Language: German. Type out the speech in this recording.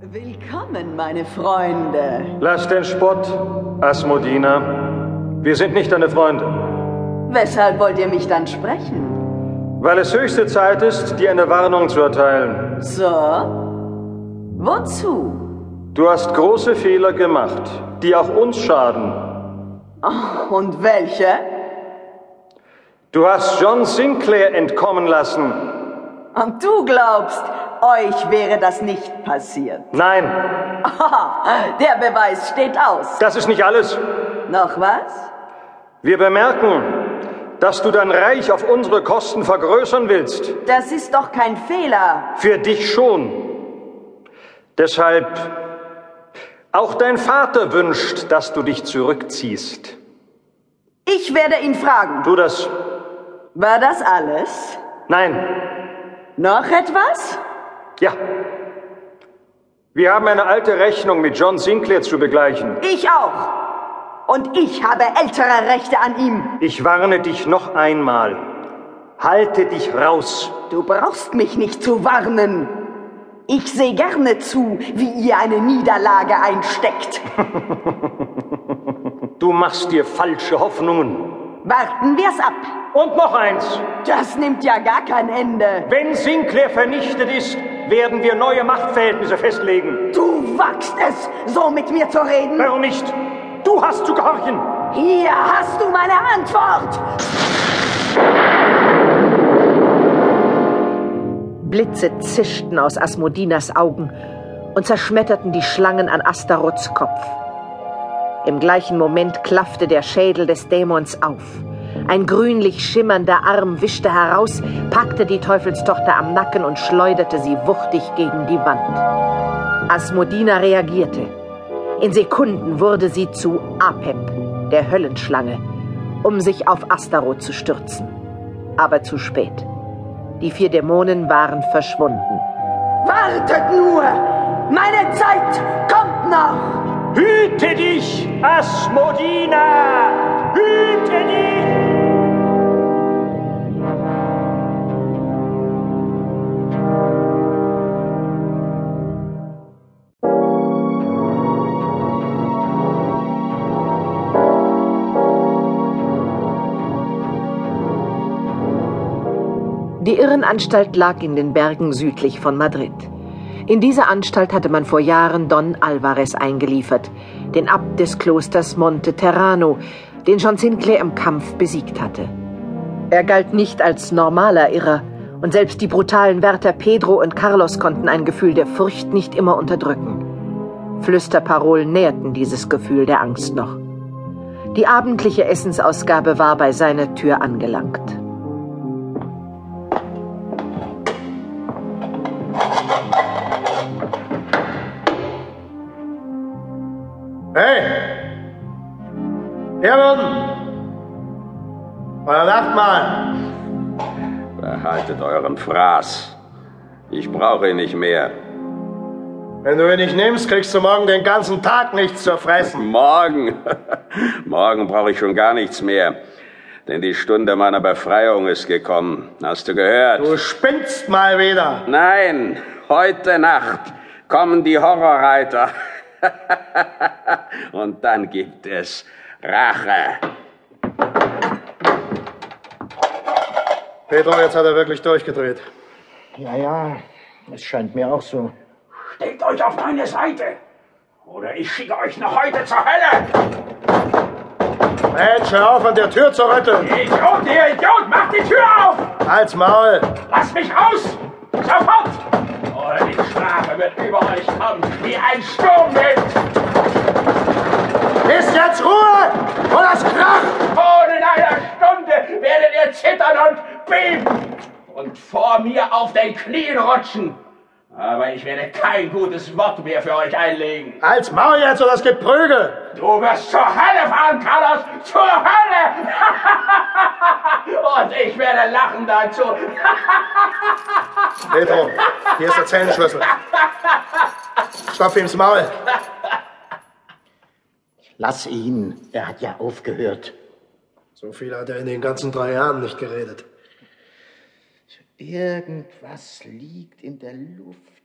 Willkommen, meine Freunde. Lass den Spott, Asmodina. Wir sind nicht deine Freunde, Weshalb wollt ihr mich dann sprechen? weil es höchste Zeit ist, dir eine Warnung zu erteilen. So? Wozu? Du hast große Fehler gemacht, die auch uns schaden. Und welche? Du hast John Sinclair entkommen lassen. Und du glaubst, euch wäre das nicht passiert. Nein, Haha, der Beweis steht aus. das ist nicht alles. Noch was? Wir bemerken, dass du dein Reich auf unsere Kosten vergrößern willst. Das ist doch kein Fehler. Für dich schon. Deshalb, auch dein Vater wünscht, dass du dich zurückziehst. Ich werde ihn fragen. Du das? War das alles? Nein. Noch etwas? Ja. Wir haben eine alte Rechnung mit John Sinclair zu begleichen. Ich auch. Und ich habe ältere Rechte an ihm. Ich warne dich noch einmal. Halte dich raus. Du brauchst mich nicht zu warnen. Ich sehe gerne zu, wie ihr eine Niederlage einsteckt. Du machst dir falsche Hoffnungen. Warten wir's ab. Und noch eins. Das nimmt ja gar kein Ende. Wenn Sinclair vernichtet ist, werden wir neue Machtverhältnisse festlegen. Du wagst es, so mit mir zu reden. Hör nicht. Du hast zu gehorchen. Hier hast du meine Antwort. Blitze zischten aus Asmodinas Augen und zerschmetterten die Schlangen an Astaroths Kopf. Im gleichen Moment klaffte der Schädel des Dämons auf. Ein grünlich schimmernder Arm wischte heraus, packte die Teufelstochter am Nacken und schleuderte sie wuchtig gegen die Wand. Asmodina reagierte. In Sekunden wurde sie zu Apep, der Höllenschlange, um sich auf Astaroth zu stürzen. Aber zu spät. Die vier Dämonen waren verschwunden. Wartet nur. Meine Zeit kommt noch. Hüte dich, Asmodina! Hüte dich! Die Irrenanstalt lag in den Bergen südlich von Madrid. In diese Anstalt hatte man vor Jahren Don Alvarez eingeliefert, den Abt des Klosters Monte Terrano, den John Sinclair im Kampf besiegt hatte. Er galt nicht als normaler Irrer, und selbst die brutalen Wärter Pedro und Carlos konnten ein Gefühl der Furcht nicht immer unterdrücken. Flüsterparolen nährten dieses Gefühl der Angst noch. Die abendliche Essensausgabe war bei seiner Tür angelangt. Hey! Herren! Euer Nachtmann! Behaltet euren Fraß. Ich brauche ihn nicht mehr. Wenn du ihn nicht nimmst, kriegst du morgen den ganzen Tag nichts zu fressen. Morgen, morgen brauche ich schon gar nichts mehr. Denn die Stunde meiner Befreiung ist gekommen. Hast du gehört? Du spinnst mal wieder. Nein, heute Nacht kommen die Horrorreiter. Und dann gibt es Rache. Pedro, jetzt hat er wirklich durchgedreht. Ja, ja, es scheint mir auch so. Legt euch auf meine Seite! Oder ich schicke euch noch heute zur Hölle! Mensch, hör auf, an der Tür zu rütteln. Ihr Idiot, ihr Idiot, macht die Tür auf! Halt's Maul. Lasst mich raus! Sofort! Oder die Strafe wird über euch kommen, wie ein Sturmwind! Ist jetzt Ruhe! Oder es kracht! Schon in einer Stunde werdet ihr zittern und beben! Und vor mir auf den Knien rutschen! Aber ich werde kein gutes Wort mehr für euch einlegen. Halt's Maul jetzt, oder es gibt Prügel. Du wirst zur Hölle fahren, Carlos! Zur Hölle! Und ich werde lachen dazu. Pedro, hier ist der Zellenschlüssel. Stopf ihm's Maul. Lass ihn, er hat ja aufgehört. So viel hat er in den ganzen drei Jahren nicht geredet. Irgendwas liegt in der Luft.